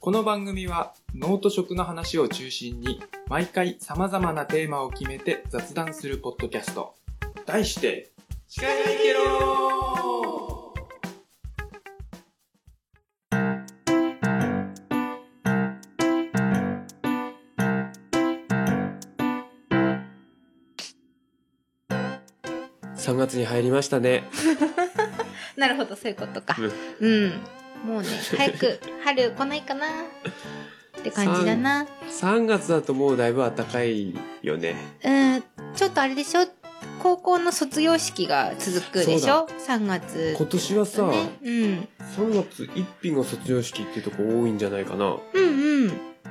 この番組は脳と食の話を中心に毎回様々なテーマを決めて雑談するポッドキャスト。題して、近いけろ3月に入りましたねなるほどそういうことかうんうんも うね早く春来ないかなって感じだな3月だともうだいぶ暖かいよねうんちょっとあれでしょ高校の卒業式が続くでしょ3月今年はさ、ねうん3月1日が卒業式っていうとこ多いんじゃないかなうんうん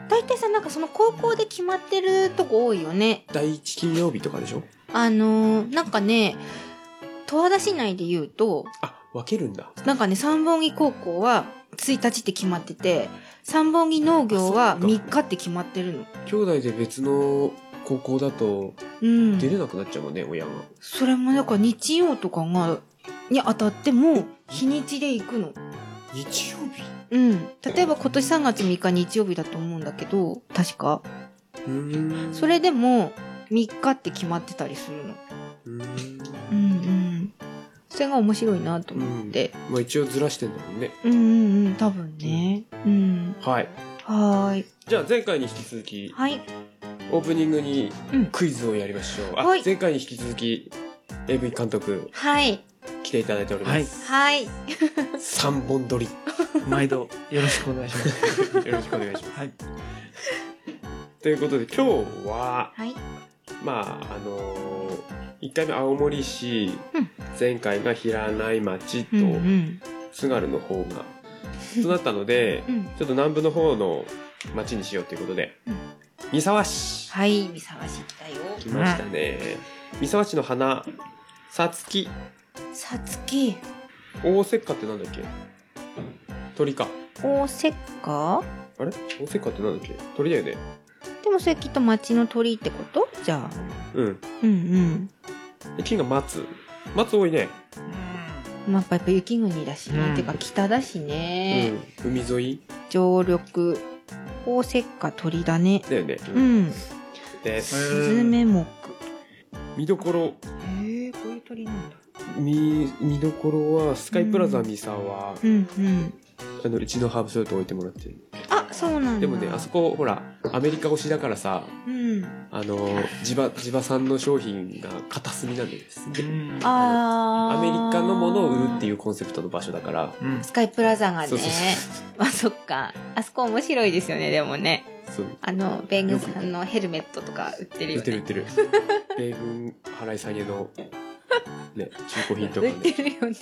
大体さなんかその高校で決まってるとこ多いよね第1金曜日とかでしょあのーなんかね十和田市内で言うとあ分けるんだなんかね三本木高校は1日って決まってて三本木農業あはそうか3日って決まってるの兄弟で別の高校だとうん出れなくなっちゃうもんね、親がそれもだから日曜とかがに当たっても日にちで行くの。日曜日うん、例えば今年3月3日日曜日だと思うんだけど確かうーんそれでも3日って決まってたりするのうーうんんうんそれが面白いなと思ってまあ一応ずらしてんだもんねうんうんうん多分ねうんはいはーいじゃあ前回に引き続きはいオープニングにうんクイズをやりましょう、あはい前回に引き続き AV 監督はい来ていただいております、はい三本 撮り。毎度よろしくお願いしま す。よろしくお願いしまはい。す。ということで今日は、はいまあ、あのー、1回目青森市、うん前回が平内町とうんうん津軽の方が、となったので、うんちょっと南部の方の町にしようということで、うん三沢市、はい三沢市来たよ来ましたね。三沢市の花、さつき、さつき大せっかってなんだっけ鳥か。おせっかあれ大せっかってなんだっけ鳥だよね。でもそれきっと町の鳥ってことじゃあうん。うんで金が松。松多いね。うんまあやっぱやっぱ雪国だしね、うんてか北だしね、うん、海沿い常緑宝石か鳥だねだよね。う、んです。スズメ目見どころ、へえこういう鳥なんだ見、見どころは、スカイプラザ三沢、うんうんあの、うちのハーブソルト置いてもらってる。あそうなんだでもね、あそこ、ほら、アメリカ推しだからさ、うんあの、地場、地場産の商品が片隅なんです。あーアメリカのものを売るっていううコンセプトの場所だから、うん。スカイプラザがねそうそうあそっかあそこ面白いですよねでもねそう、あのベングさんのヘルメットとか売ってる売よってる売ねってる。 米軍払い下げの、ね、中古品とか売ってね。るよね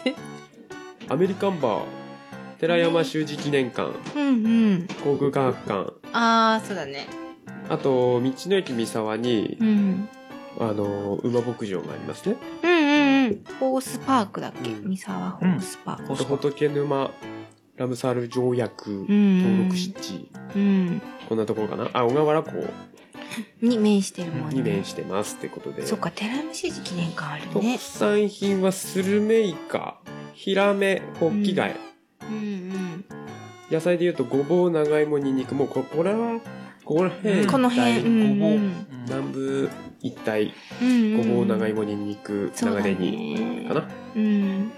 アメリカンバー、寺山修司記念館、うんうん航空科学館、ああそうだねあと、道の駅三沢にう、んあの、馬牧場がありますね。うんうんうん。ホースパークだっけ、うん三沢ホースパーク。あと仏沼、ラムサール条約う、ん。登録湿地、うん。こんなところかな。あ、小川原港に面してるもんね。に面してますってことで。そっか、寺山修司記念館ある特ね。産品はスルメイカ、ヒラメ、ホッキ貝。うん野菜で言うとごぼう、長芋、ニンニク。もうここれは、ここら辺う一ん。帯。この辺、うんごぼううん南部一帯、うん。ごぼう、長い芋、ニンニク、長ネギかな。。うん。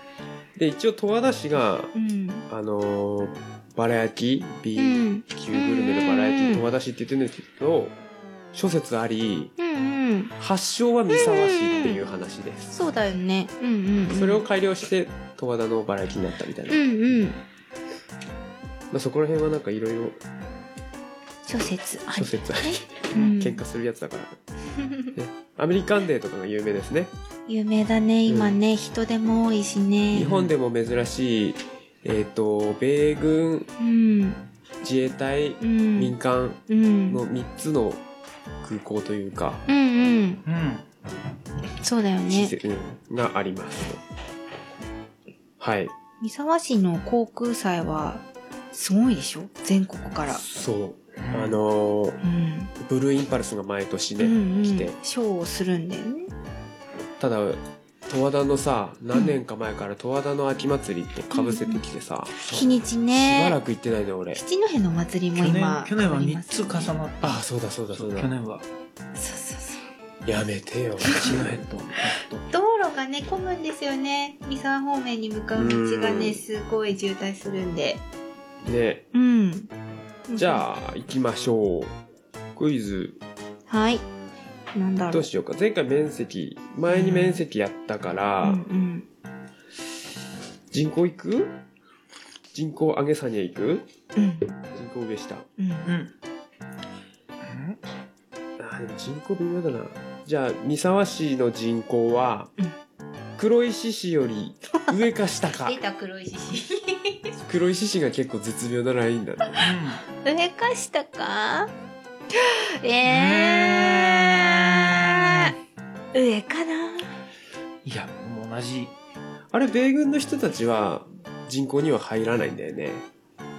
で、一応十和田市が、うん。あのーバラ焼き、ビうーん。級グルメのバラ焼うんき、十和田市って言ってるんですけど、諸説あり、うんうん。発祥は三沢市っていう話です。そうだよね。うんうん。それを改良して、十和田のバラ焼きになったみたいな。うまんうん。あ、そこら辺はなんかいろいろ諸説あ諸り。説あり、うん喧嘩するやつだから。 アメリカンデーとかが有名ですね。有名だね、今ね、人でも多いしね。日本でも珍しい、えっ、と、米軍、うん。自衛隊う、民ん。間うん。の3つの空港というか、うんうん。うん。そうだよ施ね。設うんがありますと。はい。三沢市の航空祭はすごいでしょ全国から。そう。あ、のーうん。ブルーインパルスが毎年うんうね、ん来て、ショーをするんだよね。ただ、十和田のさ何年か前から十和田の秋祭りとかぶせてきてさ、日にちしばねらく行ってないの俺七戸のお祭りも去年今去年はありま3すつね重なっあたそうだそうだそうだ去年はそうそうそうやめてよ七戸と道路がね混むんですよね三沢方面に向かう道がねすごい渋滞するんででうんじゃあ行きましょうクイズあはいなんだどろううしようか前回面積前に面積やったから、うんうん人口行く人口上げ下げ行くうん人口上下うんうんうんあーでも人口微妙だなじゃあ三沢市の人口は、うん黒石市より上か下 か出た黒い獅子黒石市が結構絶妙なラインだね上か下かえー、上かないやもう同じあれ米軍の人たちは人口には入らないんだよね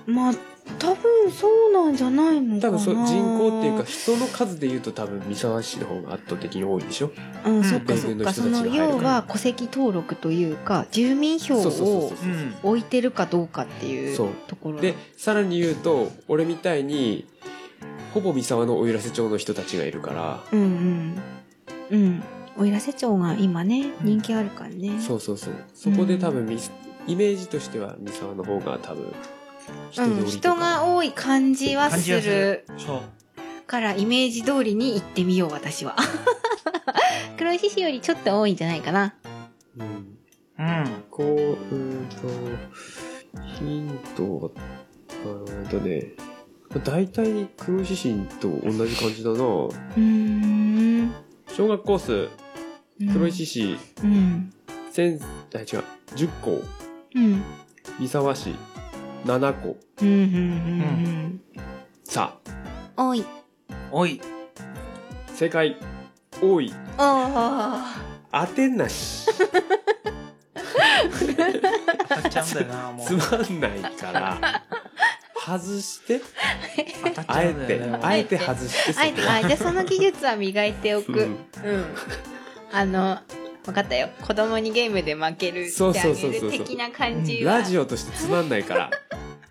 まあ多分そうなんじゃないの多か分なそう人口っていうか人の数で言うと多分三沢市の方が圧倒的に多いでしょうん、んそっか米そっ軍のか人そたちがの入るから要は戸籍登録というか住民票そうそうそうをそうそう置いてるかどうかっていそううところでさらに言うと俺みたいにほぼ三沢のおいらせ町の人たちがいるからうんうんうんおいらせ町が今ねうん人気あるからねそうそうそうそこで多分ミス、イメージとしては三沢の方が多分人う通ん、りと人か、が多い感じは感すじはするるそうからイメージ通りに行ってみよう私は黒石市よりちょっと多いんじゃないかなうん、うんこううんとヒントうんとね大体黒石市と同じ感じだなうーん小学校数うん黒石市うん千あ違う10校うん三沢市7校うんうんうんうんさあ多いおい正解多いああ当てんなし当たっちゃうんだよなもうつまんないから外して当たっちあゃうえんだてよねあえて外してあえそて、こはあ、じゃあその技術は磨いておく。う。うんあの、分かったよ。子供にゲームで負けるってそうあそうそげうそうる的な感じは。ラジオとしてつまんないから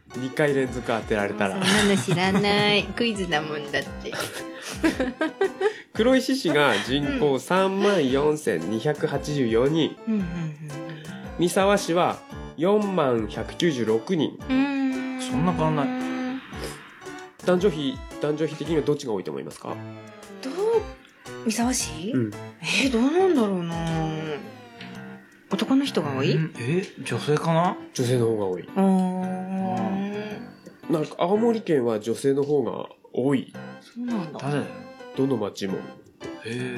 2回連続当てられたそらんなの知らない。クイズだもんだって。黒石市が人口3万4284人うんうん三沢市は4万196人うん。うーん。。そんな変わんない男女比男女比的にはどっちが多いと思いますか、どう、三沢市、うん、えー、どうなんだろうな男の人が多い、うんえ女性かな女性の方が多いあーなんか青森県は女性の方が多いそうなんだ。誰だよどの町もへ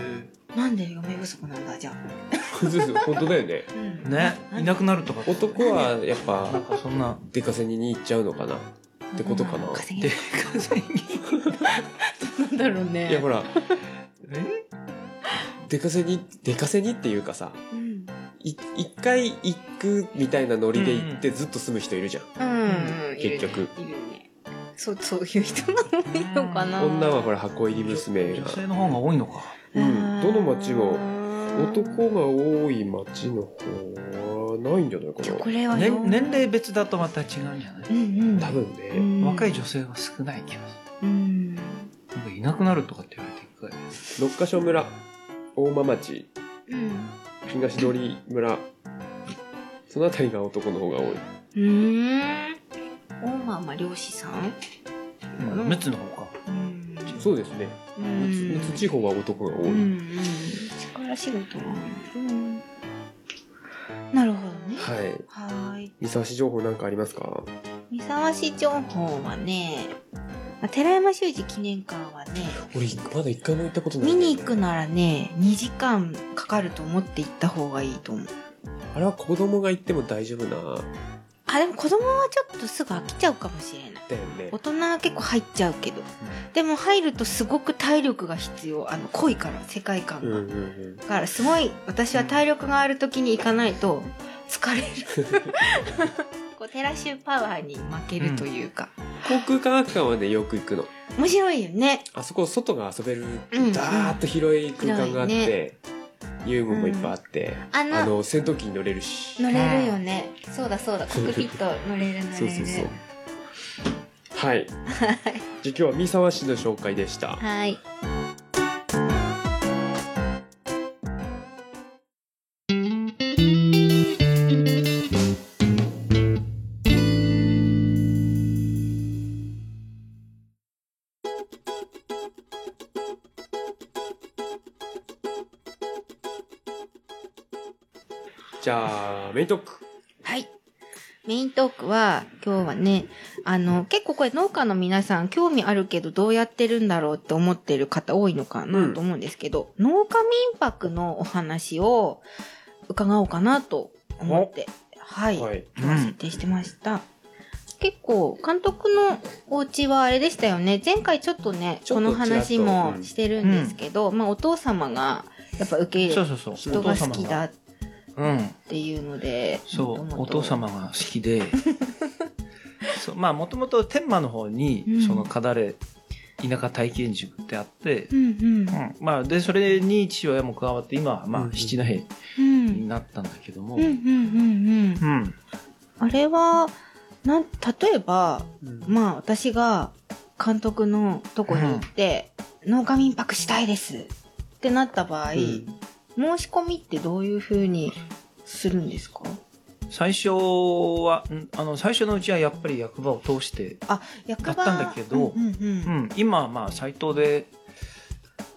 なんで嫁不足なんだ、じゃあ。本当だよねうんえねいなくなるとかって男はやっなんぱかそ んな出稼ぎに行っちゃうのかなってことかな稼げでる稼ぎなんだろうね。いやほらえ出稼ぎ出稼ぎっていうかさうんい一回行くみたいなノリで行ってずっと住む人いるじゃん、うん、結局いるねそうそういう人が多いのかな女はほら箱入り娘女が、性の方が多いのかうん、どの町も男男が多い町の方はないんじゃないかじゃあなこれはねよ年齢別だとまた違うんじゃないうんうん多分ね、うん若い女性は少ない気がすうんるなんかいなくなるとかって言われて一回六ヶ所村大間町うん東通村その辺りが男の方が多いうーん大間ま漁師さんうん陸奥の方かうんそうですねうむつんむつ地方は男が多い、うんうん力仕事はうんなるほどねはいはーい三沢市情報なんかありますか三沢市情報はねまあ寺山修司記念館はね俺まだ一回も行ったことない見んだよねに行くならね2時間かかると思って行った方がいいと思うあれは子供が行っても大丈夫なあでも子供はちょっとすぐ飽きちゃうかもしれないだよね大人は結構入っちゃうけどでも入るとすごく体力が必要あの濃いから世界観うが、んうんうんだからすごい私は体力がある時に行かないと疲れる こうテラシューパワーに負けるというか、航空科学館はねよく行くの面白いよねあそこ外が遊べる、うんだーっと広い空間があって、い遊具もいっぱいあって、ああのの戦闘機に乗れるし乗れるよねそうだそうだコックピット乗れる乗れる そうそうそうはいじゃあ今日は三沢市の紹介でしたはいじゃあメイントークはいメイントークは今日はねあの結構これ農家の皆さん興味あるけどどうやってるんだろうって思ってる方多いのかなと思うんですけど、農家民泊のお話を伺おうかなと思ってはい、はい今設定してました、結構監督のお家はあれでしたよね前回ちょっとねちょっことの話ちもらっとうんしてるんですけど、まあお父様がやっぱ受け入れそるうそうそう。人が好きだっお父様が。うん。ていうのでそう、お父様が好 きで。そう、まあ、もともと天満の方うんに、そのかだれ。田舎体験塾ってあってう。んうんうん、まあ、で、それに父親も加わって、今は、うんまうんあ、七戸うんになったんだけども。うんうんうんうんうん。あれはなん例えばまあ私が監督のとこに行って「農家民泊したいです」ってなった場合、うん申し込みってどういうふうにするんですか最初は、うんあの、最初のうちは、やっぱり役場を通して。役だったんだけどうんうんうんうん、今は、まあ、サイトで。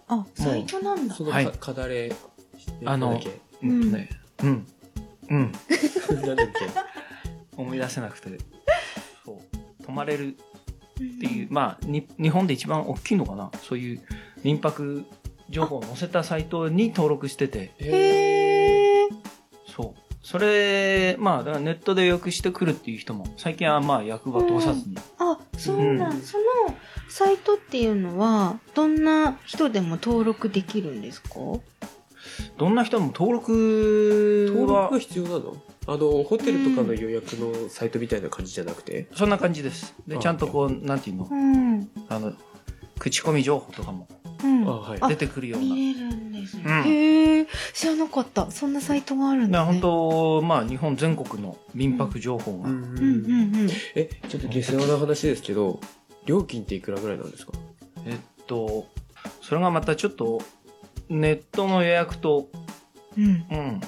あサイトなんだそのはいかかだれあのなんだっうんとね。うん。 うん。け なんだっけ思い出せなくて。そう。泊まれる。てっていう、まあ、に日本で一番大きいのかなそういう民泊情報を載せたサイトに登録しててへえへえそうそれまあだからネットで予約してくるっていう人も最近はまあ役場通さずに、あそうなん、うんそのサイトっていうのはどんな人でも登録できるんですかどんな人も登録は登録が必要なのあのホテルとかの予約のサイトみたいな感じじゃなくてそんな感じですであちゃんとこうなんていうのうんうんあの口コミ情報とかもあはいあ出てくるような見れるんですね、うんへえ知らなかったそんなサイトがあるんだだ、からね、本当まあ日本全国の民泊情報が、んうんうんうんえちょっと下世話な話ですけど料金っていくらぐらいなんですかえっとそれがまたちょっとネットの予約と、うんうん、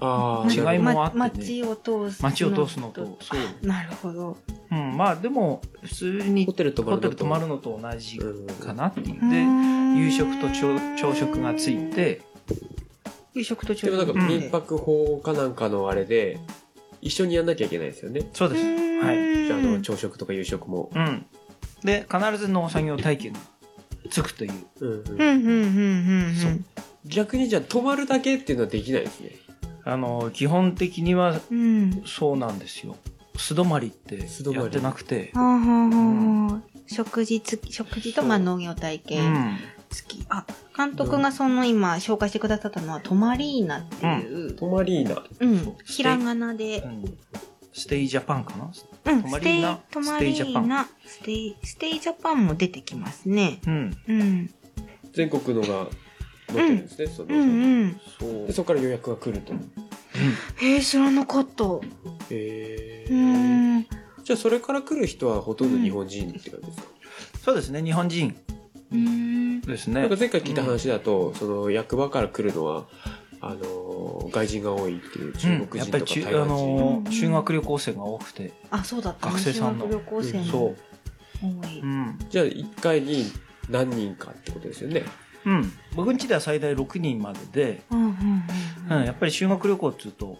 あーーな違いるほどもあってねま街を通す街を通すのとそうなるほどうん、まあでも普通ホにテル泊まるホのテとル泊まるのと同じうんかなっていううーでん夕食と朝朝食がついて夕食と朝でもなん食かうん民泊法かなんかのあれで一緒にやんなきゃいけないですよねそうですはいじゃああいの朝食とか夕食もうんで必ず農作業体験がつくといううんうんうんうんうんうんうんそう逆にじゃあ泊まるだけっていうのはできないですねあの基本的にはうんそうなんですよ素泊まりって素泊まりやってなくてはあはあはあ食事つ食事とまあそう農業体う験ん付きあ監督がその今紹介してくださったのはトマリーナっていう泊まりーなうんひらがなでうんステイジャパンかなうんトマスリテーイナトマリーナステイステイジャパンも出てきますねうんうん全国のが載ってるんですね、そのうんうんそうでそこから予約が来るとへえ知らなかったうへえーんじゃあそれから来る人はほとんど日本人って感じですか、そうですね日本人うーんですなねんか前回聞いた話だと、その役場から来るのはあのー外人が多いっていう中うん国やっ人ぱりとか台中,、あ湾人、のー修学旅行生が多くてあそうだった学生さんの修学旅行生うんもそ多い、ううんじゃあ1回に何人かってことですよねうん、僕ん家では最大6人までで、うんうんうんやっぱり修学旅行っつうと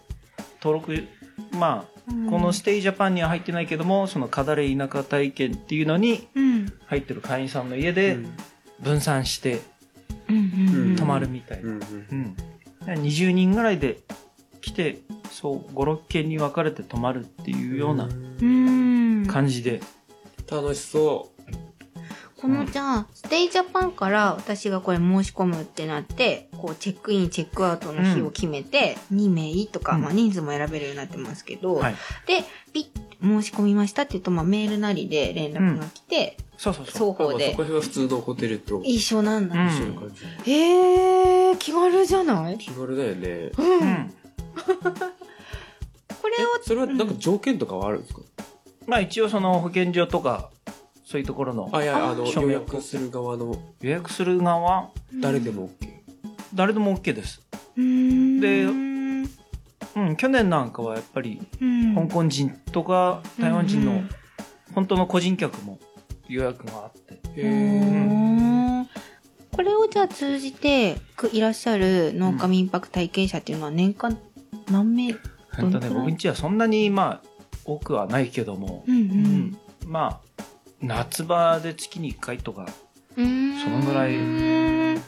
登録まあうんうんこのステイジャパンには入ってないけどもそのかだれ田舎体験っていうのにうん入ってる会員さんの家で分散してうんうんうん泊まるみたいうな、うんん20人ぐらいで来てそう56軒に分かれて泊まるっていうようなうん感じで、楽しそこのじゃあステイジャパンから私がこれ申し込むってなってこうチェックインチェックアウトの日を決めて2名とか、うんまあ、人数も選べるようになってますけど、はいでピッ申し込みましたって言うと、まあ、メールなりで連絡が来て、そうそうそう双うまあまあそ方でこら辺は普通のホテルと一緒なんだ、うん一緒の感じ、へえー、気軽じゃない気軽だよね。うん。うんこれを、それはなんか条件とかはあるんですか、まあ一応その保健所とかそういうところのあ、いや、あの、あ予約する側の予約する側は誰でも OK。誰でも OK です、うん。でうん、うん、去年なんかはやっぱりうん香港人とか台湾人うのん本当の個人客も予約があってへうんこれをじゃあ通じてくいらっしゃる農家民泊体験者っていうのは年間何名本当どんくらねい僕んちはそんなにまあ多くはないけども、うんまあ夏場で月に1回とか、うんそのぐらいうん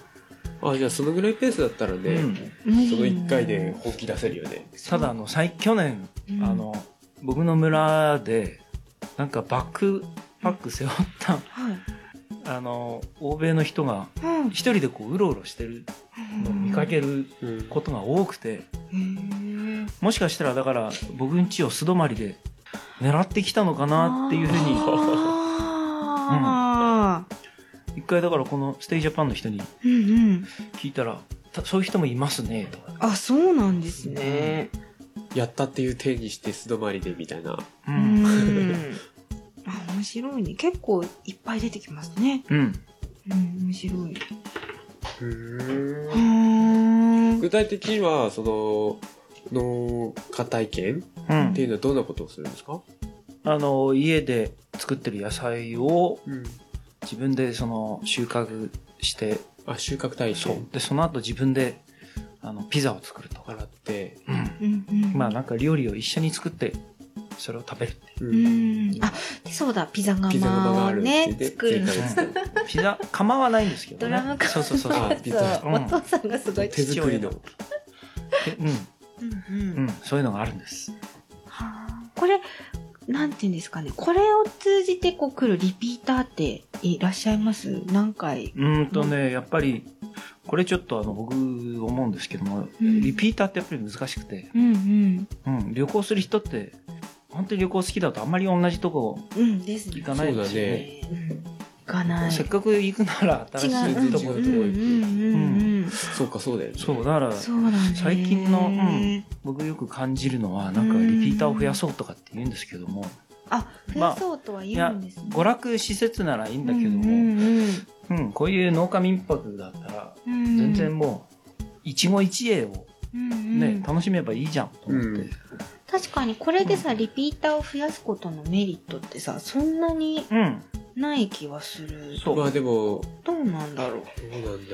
あ、じゃあそのぐらいペースだったらね、うんその1回で本気出せるよね。ただあの最去年うんあの僕の村でなんかバックパック背負ったはいあの欧米の人がうん一人でこううろうろしてるのを見かけるうんことが多くてうんもしかしたらだから僕ん家を素泊まりで狙ってきたのかなっていうふうにあー一回だからこのステイジャパンの人にうんうん聞いたらたそういう人もいますねとか、あそうなんですねやったっていう体にして素泊まりでみたいな。ううんんあ面白いね結構いっぱい出てきますねうん、うん面白いうんうん具体的には、その、農家体験うっんていうのはどんなことをするんですかあの家で作ってる野菜をうん。自分でその収穫してあ、収穫体そう験。でその後自分であのピザを作るとか、洗って。うんままあなんか料理を一緒に作ってそれを食べるってうう。んあそうだピザ窯ピザ窯がをあるってね言って作るの追加で作るピザ釜はないんですけどドねラム缶そうそうそ うそうあピザそうお父さんがすごい手作りの。でううんうんんうんそういうのがあるんですはあこれなんていうんですかねこれを通じてこう来るリピーターっていらっしゃいます何回うーんとねやっぱりこれちょっとあの僕思うんですけどもうんリピーターってやっぱり難しくて、うんうんうん、旅行する人って本当に旅行好きだとあんまり同じとこうんですね行かないですよねうん行かないせっかく行くなら新違うしうんいとこ違ううとんこうんうんうんそうか、そうだよね。そうだからそうなんだね最近のうん僕よく感じるのはなんかリピーターを増やそうとかって言うんですけどもあ増やそうとは言うんですね娯楽施設ならいいんだけどうも、んうんうん、こういう農家民泊だったらうん全然もう一期一会をうんうんね、楽しめばいいじゃんと思って、うん確かにこれでさ、うんリピーターを増やすことのメリットってさそんなにうん、ない気はするそうまあでも、どうなんだろうどうなんだろうね。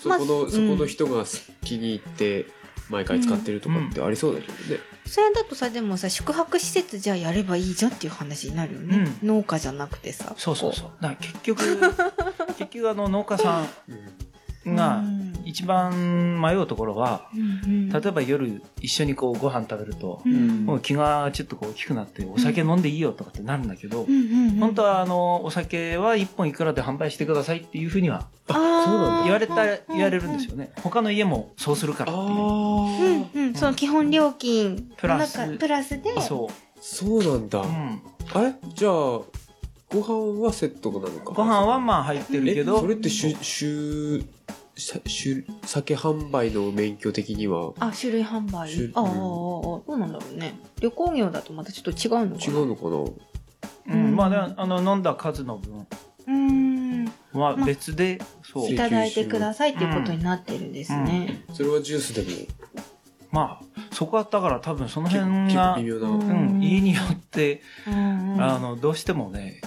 そまあこの、うんそこの人が気に入って、毎回使ってるとかってありそうだけどね。それだとさでもさ宿泊施設じゃやればいいじゃんっていう話になるよね、農家じゃなくてさそうそうそううだから結局 結局あの農家さんうがん一番迷うところはうんうん例えば夜一緒にこうご飯食べるとう、んもう気がちょっとこう大きくなってお酒飲んでいいよとかってなるんだけど、うんうんうん本当はあのお酒は1本いくらで販売してくださいっていうふうにはあーそうなんだ言われた言われるんですよね他の家もそうするからっていうあうんうんその基本料金の中プラスプラスでそあ、そうなんだう、う。ん、あれじゃあ、ご飯はセットなのかご飯はまあ入ってるけえどそれってしゅしゅさしゅ酒販売の免許的にはあ種類販売種類ああああああどうなんだろうね旅行業だとまたちょっと違うのか違なうのかなうん、まあねあの飲んだ数の分うんは別で、そ請いう求ただいてくださいっていうことになってるんですね。それはジュースでもまあそこはだから多分その結辺構が、微妙な、うんうん、家によって、うんうんあのどうしてもね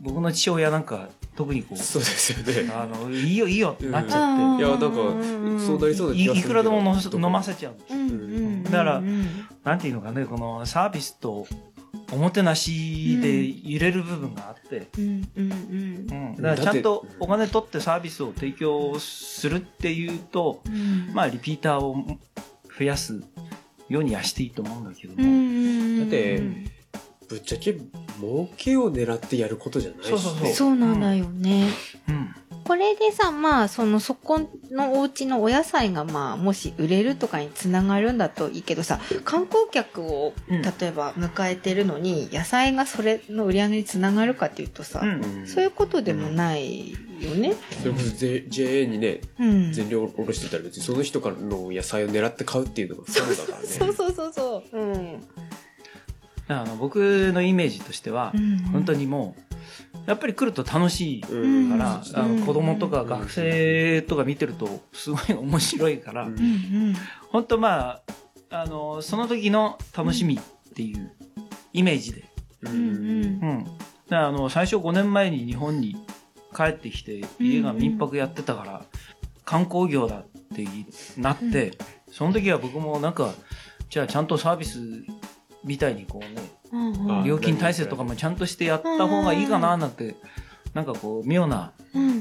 僕の父親なんか特にこうそうですよねあのいいよいいよってなっちゃって、いやなんかそうなりそうな気がするいいくらでものどこ飲ませちゃううんうんうんだからうんなんていうのかねこのサービスとおもてなしで揺れる部分があって、うんうんうん、だからちゃんとお金取ってサービスを提供するっていうと、うんまあ、リピーターを増やすようにはしていいと思うんだけどうんうも、んうんだってうんぶっちゃけ儲けを狙ってやることじゃないしねそうそうそうなんだよね。うんこれでさ、まあ、その、そこのお家のお野菜が、まあ、もし売れるとかにつながるんだといいけどさ、観光客を、うん例えば迎えてるのに、野菜がそれの売り上げにつながるかっていうとさ、うんそういうことでもないよね。それこそ J- JA にねうん。全量おろしてたら別にその人からの野菜を狙って買うっていうのがそそううだそからうねそうそうそうそう。うん。だからあの僕のイメージとしては、うん本当にもうやっぱり来ると楽しいかうんら、うんあうんの子供とかうん学生とか見てるとすごい面白いから、うんうんうん。本当まああのその時の楽しみっていうイメージで、ううんうんう。ん、だからあの最初5年前に日本に帰ってきて家が民泊やってたから、観光業だってなって、その時は僕もなんかじゃあちゃんとサービスみたいにこうねうんうんあ料金体制とかもちゃんとしてやった方がいいかななんてなんかこう妙な、うんうんう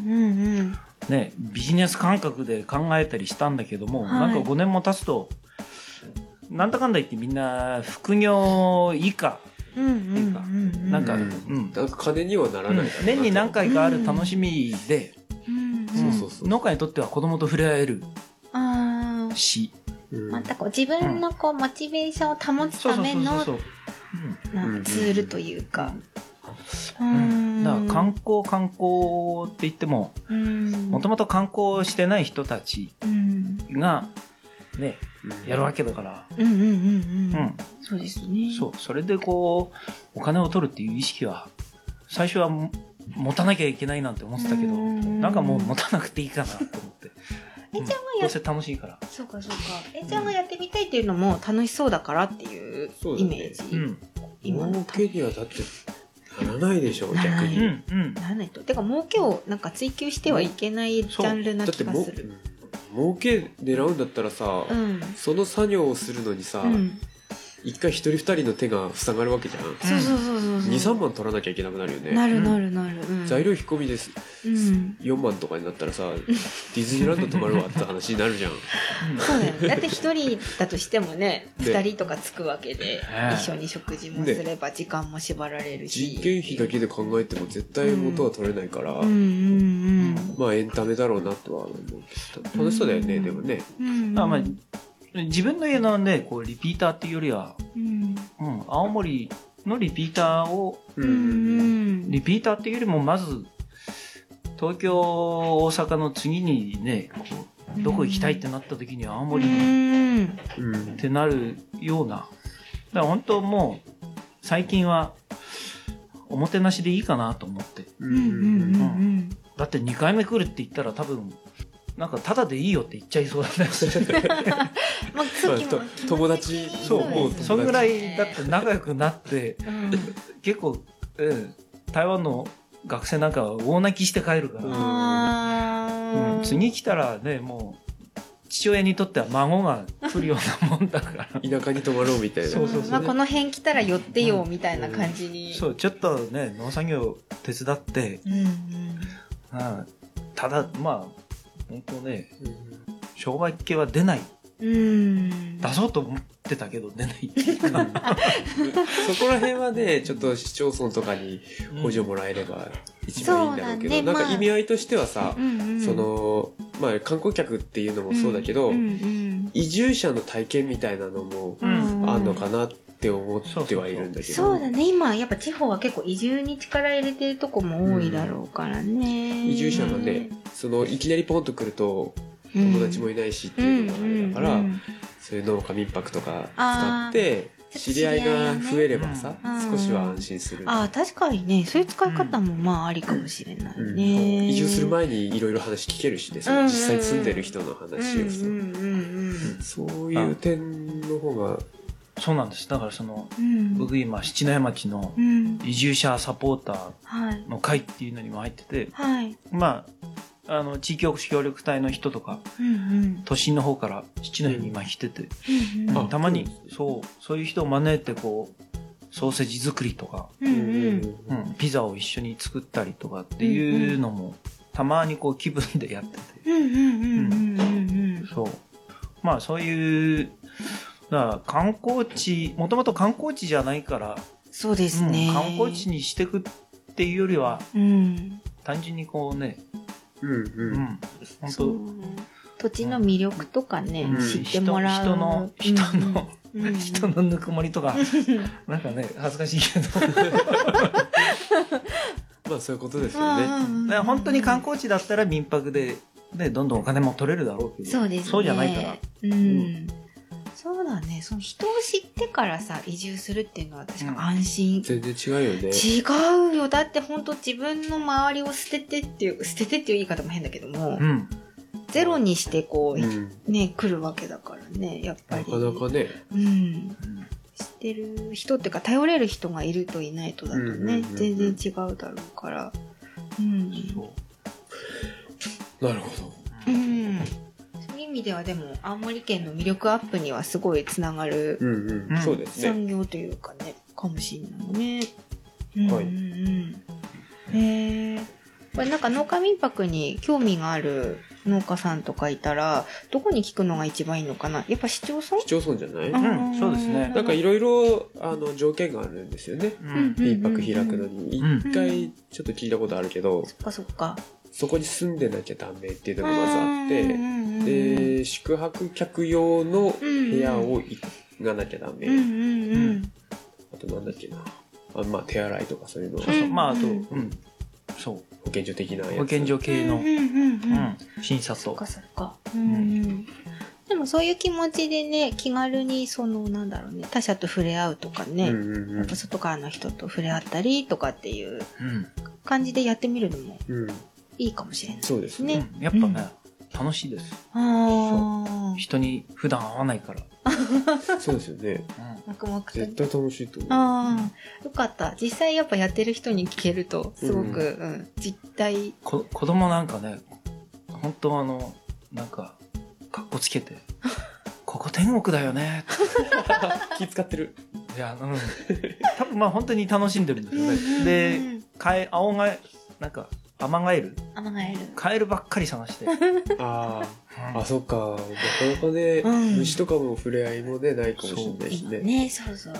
ん。ね、ビジネス感覚で考えたりしたんだけども、はいなんか5年も経つとなんだかんだ言ってみんな副業以下うんうんうん。なんか、ううんんなんか金にはならないだろうなと年に何回かある楽しみで、うんそううんそうそう農家にとっては子供と触れ合えるああ。しうんまたこう自分のこうモチベーションを保つそうたそうめそうそうのそう、なツールというか。ううんんだから観光観光って言ってもうんもともと観光してない人たちうんがねうんやるわけだから、うんうんうんううん。ん、そうですね。そう、それでこう、お金を取るっていう意識は、最初はも持たなきゃいけないなんて思ってたけど、うんなんかもう持たなくていいかなと思って。えうんちゃんはどやうせ楽しいから。そうかそうか。えちゃんがやってみたいっていうのも楽しそうだからっていうそうイだねメーうジ。ん。今の儲けにはだってならないでしょな逆らないうん。にうん。ならないと。てか儲けをなんか追求してはいけないジャンルなだっ気てがもする。儲け狙うんだったらさうん。その作業をするのにさうん。一回一人二人の手が塞がるわけじゃんそうそうそうそうそう。 23万取らなきゃいけなくなるよなねるなるなる。うん材料引っ込みですうん。 4万とかになったらさディズニーランド泊まるわって話になるじゃんそうだよね。だって一人だとしてもね、ね二人とかつくわけで、ね一緒に食事もすれば時間も縛られるし。人件費だけで考えても絶対元は取れないから、うんうんまあエンタメだろうなとは思うけど楽しそうだよね、うんでもねうん。まあまあ自分の家のね、こう、リピーターっていうよりは、うんうん、青森のリピーターを、ううんうんリピーターっていうよりも、まず、東京、大阪の次にね、こう、どこ行きたいってなった時には青森うにんうんってなるようなだから本当もう最近はおもてなしでいいかなと思ってううんうんうんうんだって2回目来るって言ったら多分なんかタダでいいよって言っちゃいそうだねまあそう気もと友達そもうもうう友達そんぐらいだって仲良くなってうん結構、うん、台湾の学生なんかは大泣きして帰るから、あうんー次来たらねもう父親にとっては孫が来るようなもんだから田舎に泊まろうみたいなそうそうまあこの辺来たら寄ってよみたいな感じにそうちょっとね農作業手伝って、うんうんうん、ただまあ本当ねうん商売系は出ないうん出そうと思ってたけど出ないっていうかそこら辺はねちょっと市町村とかに補助もらえれば一番いいんだろうけど、そうだねなんまかあ意味合いとしてはさ、うんうんそのまあ観光客っていうのもそうだけど、うんうん移住者の体験みたいなのもうんあんのかなって思ってはいるんだけどそうだね今やっぱ地方は結構移住に力入れてるとこも多いだろうからね移住者がねそのいきなりポンと来るとうん友達もいないしっていうのがあれだから、うんうんうんそういう農家民泊とか使あーって知り合いが増えればさ、うん少しは安心する、ああ確かにねそういう使い方もまあありかもしれないうんね移住する前にいろいろ話聞けるしねその実際に住んでる人の話をさ、うんうんうんそういう点の方がそうなんですだからそのうん僕今七内町のうん移住者サポーターはいの会っていうのにも入っててはいまああの地域おこし協力隊の人とかうんうん都心の方から七内に今来てて、うんうんあたまにそうそうそういう人を招いてこうソーセージ作りとか、うんうんうんピザを一緒に作ったりとかっていうのもたまにこう気分でやっててうんうんうんうんうんそう。まあそういう、だから観光地、もともと観光地じゃないから、そうですねうん観光地にしていくっていうよりは、うん単純にこうね、うんううん。ん、本そ当う土地の魅力とかね、うん知ってもらう人の人うんうんの、人のぬくもりとか、なんかね恥ずかしいけど まあそういうことですうんうよんね。うんうんだから本当に観光地だったら民泊ででどんどんお金も取れるだろうけどそうですねそうじゃないから、うんんそうだねその人を知ってからさ移住するっていうのは確か安心、全然違うよね。違うよだって本当自分の周りを捨ててっていう捨ててっていう言い方も変だけども、うん、ゼロにしてこう、うん。ね来るわけだからねやっぱなりかなかね。うん知ってる人っていうか頼れる人がいるといないとだとね、うんうんうんうん全然違うだろうからうんなるほうん、そういう意味ではでも青森県の魅力アップにはすごいつながるど。うんうんそうですね。産業というかねかもしれないね。うんはいうんうん、へえこれなんか農家民泊に興味がある農家さんとかいたらどこに聞くのが一番いいのかなやっぱ市町村市町村じゃないあーうんそうですねなんかいろいろ、あの、条件があるんですよね。ううんんうんうん民泊開くのに。うん一回、ちょっと聞いたことあるけど、そっかそっか。そこに住んでなきゃダメっていうのがまずあって、てで、宿泊客用の部屋を行かなきゃダうんうメ。んうんあとなんだっけな。あまあ、手洗いとかそういうの、そうそうまああと、ううんん、そう保健所的なやつ。保健所系の、うんううんうんうんん、審査そっとかそっか。うんうんでもそういう気持ちでね気軽にそのなんだろうね他者と触れ合うとかね、うんうんやっぱ外からの人と触れ合ったりとかっていううん感じでやってみるのもうん。うん。いいかもしれない。そうですね。ねうんやっぱね、楽しいですああ。人に普段会わないから、そうですよね。うん黙々とね絶対楽しいと思う。ああ、よかった。実際やっぱやってる人に聞けると、すごく、うん、実態。こ子供なんかね本当あのなんかかっこつけて「ここ天国だよね」気使ってる。いや、うん、多分まあ本当に楽しんでるんですよね。うんうんで、うん、カエ、青ガエ、なんか、アマガエル、あがえる。カエルばっかり探して。ああ。あ、うそっか。なかなかね、うん虫とかも触れ合いもね、ないかもしれないし今ね。ね、そうそう。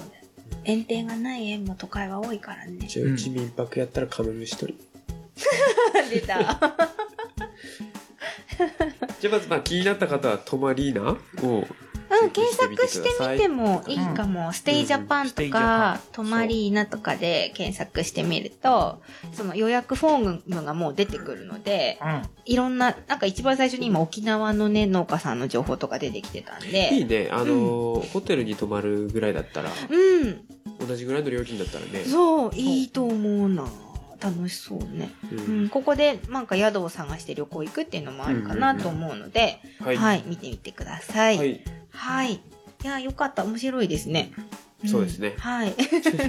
園庭がない園も都会は多いからね。じゃあ、うち民泊やったらカメムシ取り。出た。じゃあ、まず、まあ、気になった方は、トマリーナを。うん、検索してみてもいいかも。ステイジャパンとか、トマリーナとかで検索してみると、その予約フォームがもう出てくるので、ん。いろんな、なんか一番最初に今沖縄のね、農家さんの情報とか出てきてたんいいで、ね。あのー、ホテルに泊まるぐらいだったら、うん、同じぐらいの料金だったらね。そう、いいと思うな。楽しそうね。ううんん、ここでなんか宿を探して旅行行くっていうのもあるかなと思うので、はい。。はいい、見てみてください。ははい。い。い、や、よかった。面白いですね。んそうですねはい。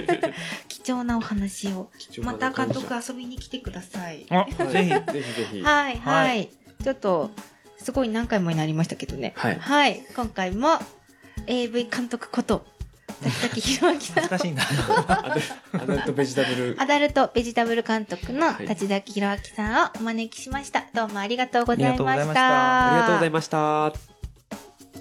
貴重なお話を。 貴重まなた監感謝督遊びに来てください。あ、はいぜひ。ぜひぜひ。はい、は、はいちょっと、すごい何回もになりましたけどね。はい。はい、今回も AV 監督こと、滝崎弘明さん 恥ず。かしいな。アダアダルトベジタブル。アダルトベジタブル監督のはい立崎弘明さんをお招きしました。どうもありがとうござあいりがとうごまざいし。ましたたありがとうございました。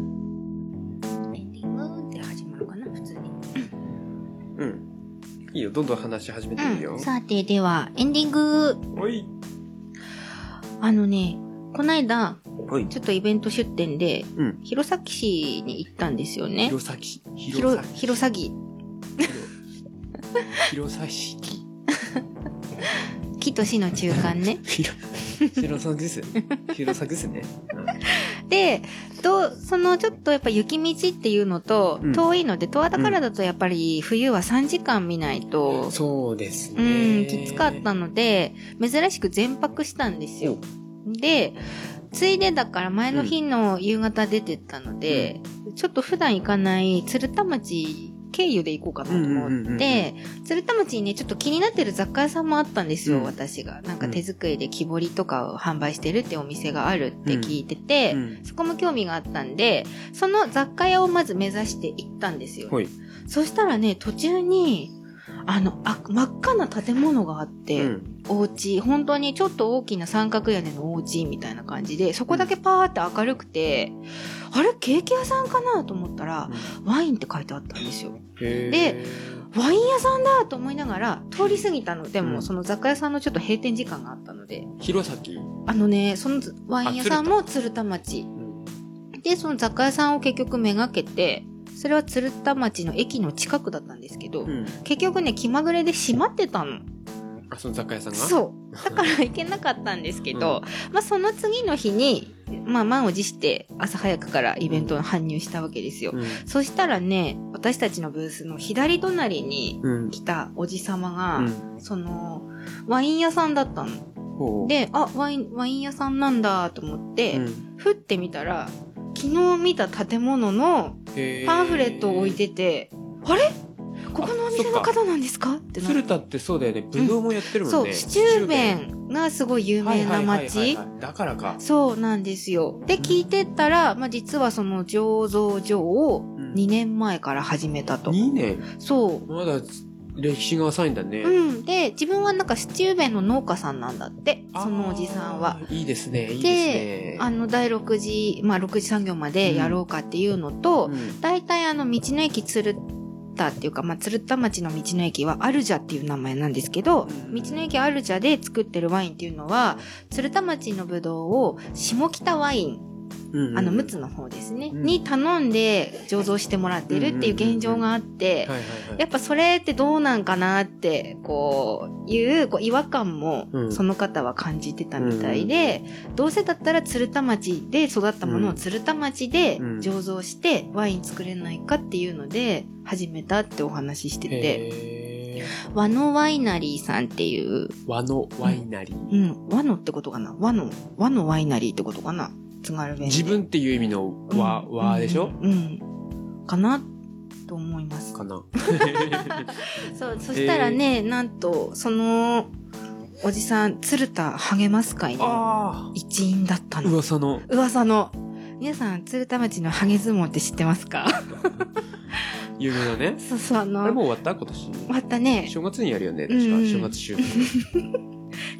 エンディングって始まるかな、普通に。うん。いいよ、どんどん話し始めていいよ。さて、では、エンディング。おい。あのね、こないだ、はい。ちょっとイベント出店で、うん。弘前市に行ったんですよね。弘前。広、弘前。弘前市。木と市の中間ね。弘前です。弘前です ね。で、と、そのちょっとやっぱ雪道っていうのとう、ん遠いので、十和田からだとやっぱり冬は3時間見ないと、そうですうね。ん、きつかったので、珍しく全泊したんですよ。で、ついでだから前の日の夕方出てったので、ちょっと普段行かない鶴田町経由で行こうかなと思って、鶴田町にね、ちょっと気になってる雑貨屋さんもあったんですよ、うん私が。なんか手作りで木彫りとかを販売してるってお店があるって聞いてて、うんそこも興味があったんで、その雑貨屋をまず目指して行ったんですよ。はいそしたらね、途中に、あの、あ真っ赤な建物があって、うんお家本当にちょっと大きな三角屋根のお家みたいな感じでそこだけパーって明るくて、あれケーキ屋さんかなと思ったら、ワインって書いてあったんですよへワイン屋さんだと思いながら通り過ぎたのでも、うんその雑貨屋さんのちょっと閉店時間があったのでー弘前あのねそのワイン屋さんも鶴田町でその雑貨屋さんを結局めがけてそれは鶴田町の駅の近くだったんですけど、うん結局ね気まぐれで閉まってたの。あその雑貨屋さんがうそう。だから行けなかったんですけど、まあその次の日に、まあ満を持して朝早くからイベントに搬入したわけですよ。うんそしたらね、私たちのブースの左隣にうん来たおじさまが、うんその、ワイン屋さんだったの。ほうで、あ、ワイン、ワイン屋さんなんだと思って、うんふってみたら、昨日見た建物のへーパンフレットを置いてて、あれここのお店の方なんですかってなって鶴田ってそうだよねブドウもやってるもそんう、ねシチューベンがすごい有名なはいはい町はい。はいだからかそうなんですよ。で、聞いてったら、まあ、実はその醸造所をん2年前から始めたと。 2年そまだ歴史が浅いんだねう。うん。で、自分はなんかシチューベンの農家さんなんだって、そのおじさんは。あーいいですねいいですねあの、第6次、まあ、6次産業までやろうかっていうのと、うん大体あの道の駅鶴田っていうか、まあ、鶴田町の道の駅はアルジャっていう名前なんですけど、うん道の駅アルジャで作ってるワインっていうのは鶴田町のぶどうを下北ワイン、うんあの陸奥の方ですね、うんに頼んで醸造してもらってるっていう現状があっはいて、はいはいやっぱそれってどうなんかなって、こう、いう、こう、違和感もう、んその方は感じてたみたいで、どうせだったら鶴田町で育ったものうをん鶴田町でうん醸造してワイン作れないかっていうので、始めたってお話ししてて、へー和のワイナリーさんっていう、和のワイナリーうん、和のってことかな和の、和のワイナリーってことかな津軽弁で。自分っていう意味の和うん和でしょうん。かなと思います。か なそう、そしたらね、なんと、その、おじさん、鶴田励ます会のあ一員だったあの。噂の噂の。皆さん、鶴田町のハゲ相撲って知ってますか 有名なねそうそう、ああれの、もう終わった今年またね、正月にやるよねうん確かうん正月週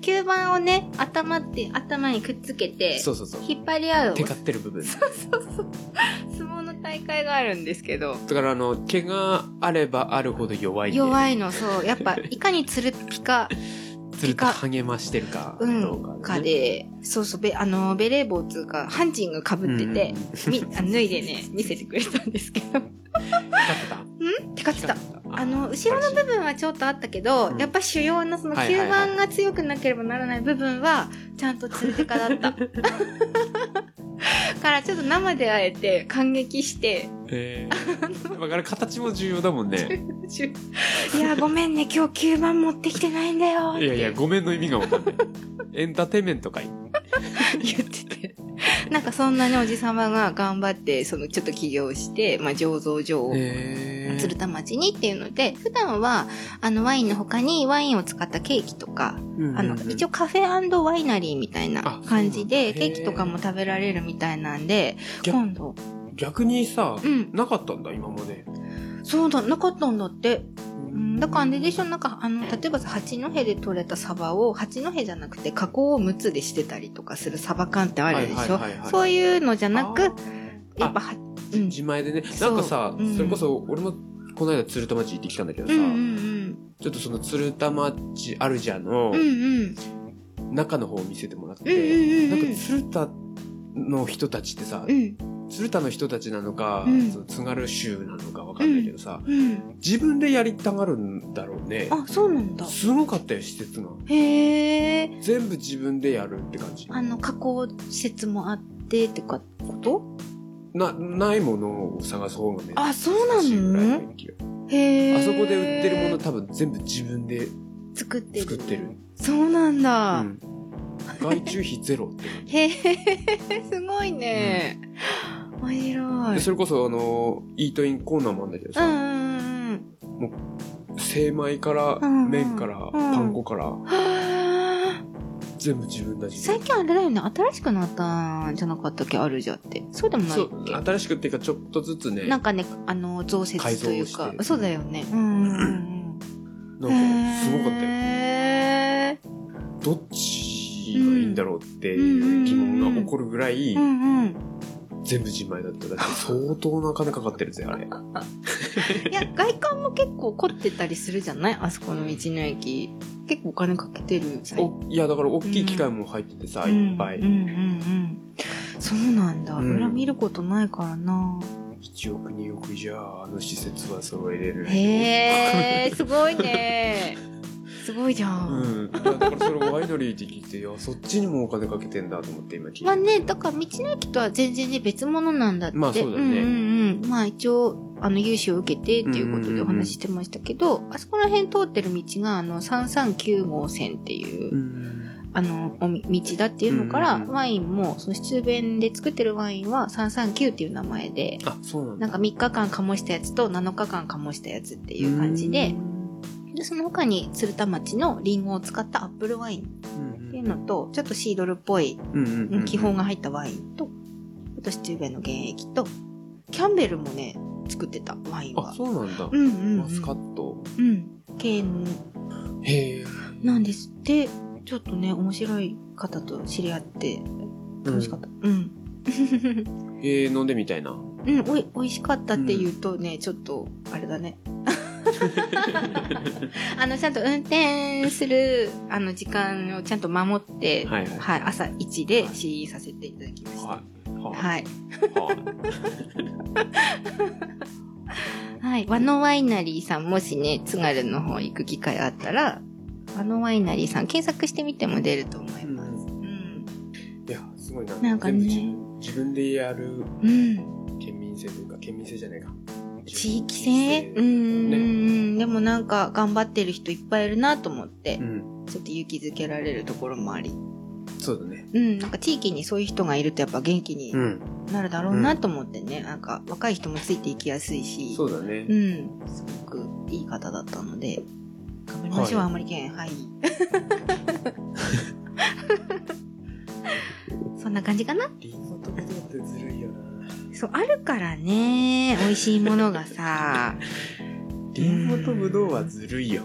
吸盤をね、頭って、頭にくっつけて、そうそうそう引っ張り合う、テカってる部分相撲の大会があるんですけど、だからあの毛があればあるほど弱いんで弱いの、そう、やっぱ、いかに鶴ピカ、鶴田励ましてるかうどうかねん、かで、そうそう、べあの、ベレー帽つうか、ハンチング被ってて、みあ脱いでね、見せてくれたんですけ ど、テカってた。あの、後ろの 部分はちょっとあったけど、うんやっぱ主要なそのはいはいは吸い盤が強くなければならない部分は、ちゃんとツルテカだった。 からちょっと生で会えて感激して、 えだから形も重要だもん ねいや、ごめんね、今日吸盤持ってきてないんだよっていやいやごめんの意味がわかんないエンターテインメントかい言ってて。なんかそんなにおじさまが頑張って、そのちょっと起業して、まあ醸造所をえ鶴田町にっていうので、普段は、あの、ワインの他にワインを使ったケーキとか、あの、一応カフェワイナリーみたいなあ感じそで、うなケんだーキとかも食べられるみたいなんで、逆今度、逆にさうん、なかったんだ今までそうだ、なかったんだって。うん、だからあれでしょ、なんか、あの、例えばさ、八戸で採れたサバを、八戸じゃなくて加工を6つでしてたりとかするサバ缶ってあるでしょはいはいはいはいそういうのじゃなく、あーやっぱは、うん。自前でねそなうんかさうんそれこそ俺もこの間鶴田町行ってきたんだけどうさんうんちょっとその鶴田町あるじゃんのうん。うんうん。中の方を見せてもらっうんうんてうんうなんんか鶴田の人たちってさうん。鶴田の人たちなのか、うんその津軽州なのかわかんないけどさ、うん。自分でやりたがるんだろうね。あ、そうなんだ。すごかったよ、施設が。へえ。全部自分でやるって感じ。あの、加工施設もあって、ってか、ことな、ないものを探す方がね。あそう難なのしいぐらいの勢いへえ。あそこで売ってるもの多分全部自分で作ってる。作ってる。そうなんうだ。ん。外注費ゼロって感じ。へえ、すごいね。面白いで。それこそ、あの、イートインコーナーもあるんだけどうんさ、うん精米から、うんうん麺から、んパン粉から、はあ全部自分たちで最近あれだよね新しくなったんじゃなかったっけあるじゃんってそうでもないそっうけ新しくっていうかちょっとずつねななんんかかね、あの、増設という改か造し、てそうだよね。うんうんうん。すごかったよへどっちがいいんだろうっていう疑問が起こるぐらいーうんうん。全部自前だっただって相当な金かかってるぜあれいや、外観も結構凝ってたりするじゃないあそこの道の駅。結構お金かけてる。おいやだから大きい機械も入っててさ、いっぱい、うんうんうんうん。そうなんだ。うん裏見ることないからな。 1億2億じゃああの施設は揃えれるへ え、すごいね。すごいじゃん。うん、だからそれワイナリーって聞いていやそっちにもお金かけてんだと思って今聞いて、まあね、だから道の駅とは全然ね、別物なんだって。まあそうだねんうんうん。まあ一応、あの、融資を受けてっていうことでお話ししてましたけど、あそこら辺通ってる道が、あの、339号線っていう、うんあの、おみ道だっていうのから、うんうんうんワインも、その出弁で作ってるワインは339っていう名前で、あそうなんだなんか3日間醸したやつと7日間醸したやつっていう感じで、で、その他に鶴田町のリンゴを使ったアップルワインっていうのと、ちょっとシードルっぽいうんうんうんうん気泡が入ったワインと、あとシチューベイの原液と、キャンベルもね、作ってたワインあは。そうなんだ、うんうん、うん。マスカットうん。県へえなんですって、ちょっとね、面白い方と知り合って、楽しかった。うん。えー、飲んでみたいなうん、おい、美味しかったって言うとね、ちょっと、あれ だね。あの、ちゃんと運転する、あの、時間をちゃんと守って、はいはいはい、朝1で試飲させていただきました。はいはいはい。はいはい。和のワイナリーさん、もしね、津軽の方行く機会あったら、和のワイナリーさん、検索してみても出ると思います。うん。いやすごいななんかね全部自分自分でやるうん。県民性というか県民性じゃないか地域性うんうんうねん。でもなんか、頑張ってる人いっぱいいるなと思ってう、んちょっと勇気づけられるところもあり。そうだねうん。なんか地域にそういう人がいるとやっぱ元気にんなるだろうなと思ってね、なんか、若い人もついていきやすいし、そうだねうん。すごくいい方だったので、頑張りましょう、はい青森県。はい。 そんな感じかなリンゴとブドウってずるいよなそう、あるからね、美味しいものがさ。リンゴとブドウはずるいよ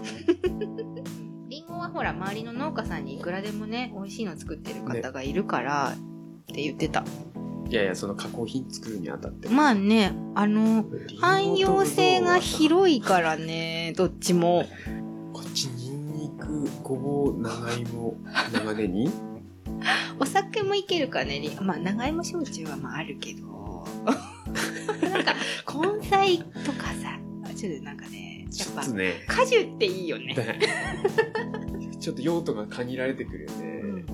りんごはほら、周りの農家さんにいくらでもね、美味しいの作ってる方がいるから、って言ってた。いやいやその加工品作るにあたってまあね、あの、リンゴとブドウは汎用性が広いからね、どっちも。こっちニンニクごぼう長芋長ネ ギお酒もいけるからね、りまあ、長芋焼酎はまあある けど、なんか、根菜とかさ、ちょっとなんかね、やちっょぱっと、ね果樹っていいよね。ねちょっと用途が限られてくるよね、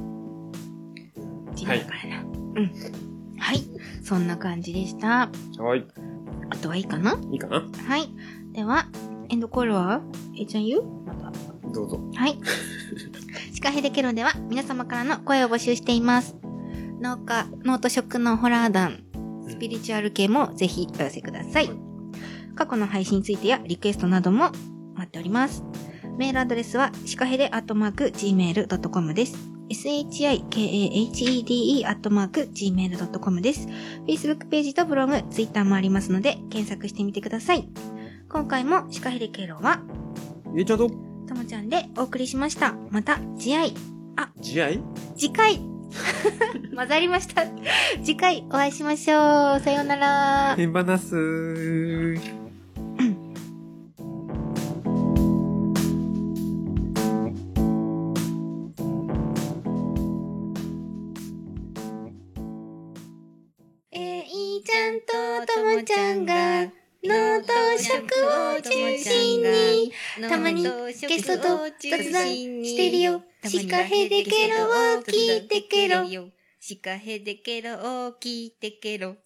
自由だからな。うん。はい。そんな感じでした。はいあとはいいかないいかなはい。では、エンドコールは、えいちゃん言うまた。どうぞはい。シカヘデケロでは皆様からの声を募集しています。農家、ノート食のホラー団、スピリチュアル系もぜひお寄せください。過去の配信についてやリクエストなども待っております。メールアドレスは、シカヘデアットマーク gmail.com です。shikahede アットマーク gmail.com です。Facebook ページとブログ、Twitter もありますので、検索してみてください。今回もシカヘデケロは、えちゃんとともちゃんでお送りしました。また次回、慈愛次回 混ざりました。次回お会いしましょう。さようなら。変話すえいちゃんとともちゃんが脳と食を中心にたまにゲストと雑談してるよシカヘデケロを聞いてケロシカヘデケロを聞いてケロ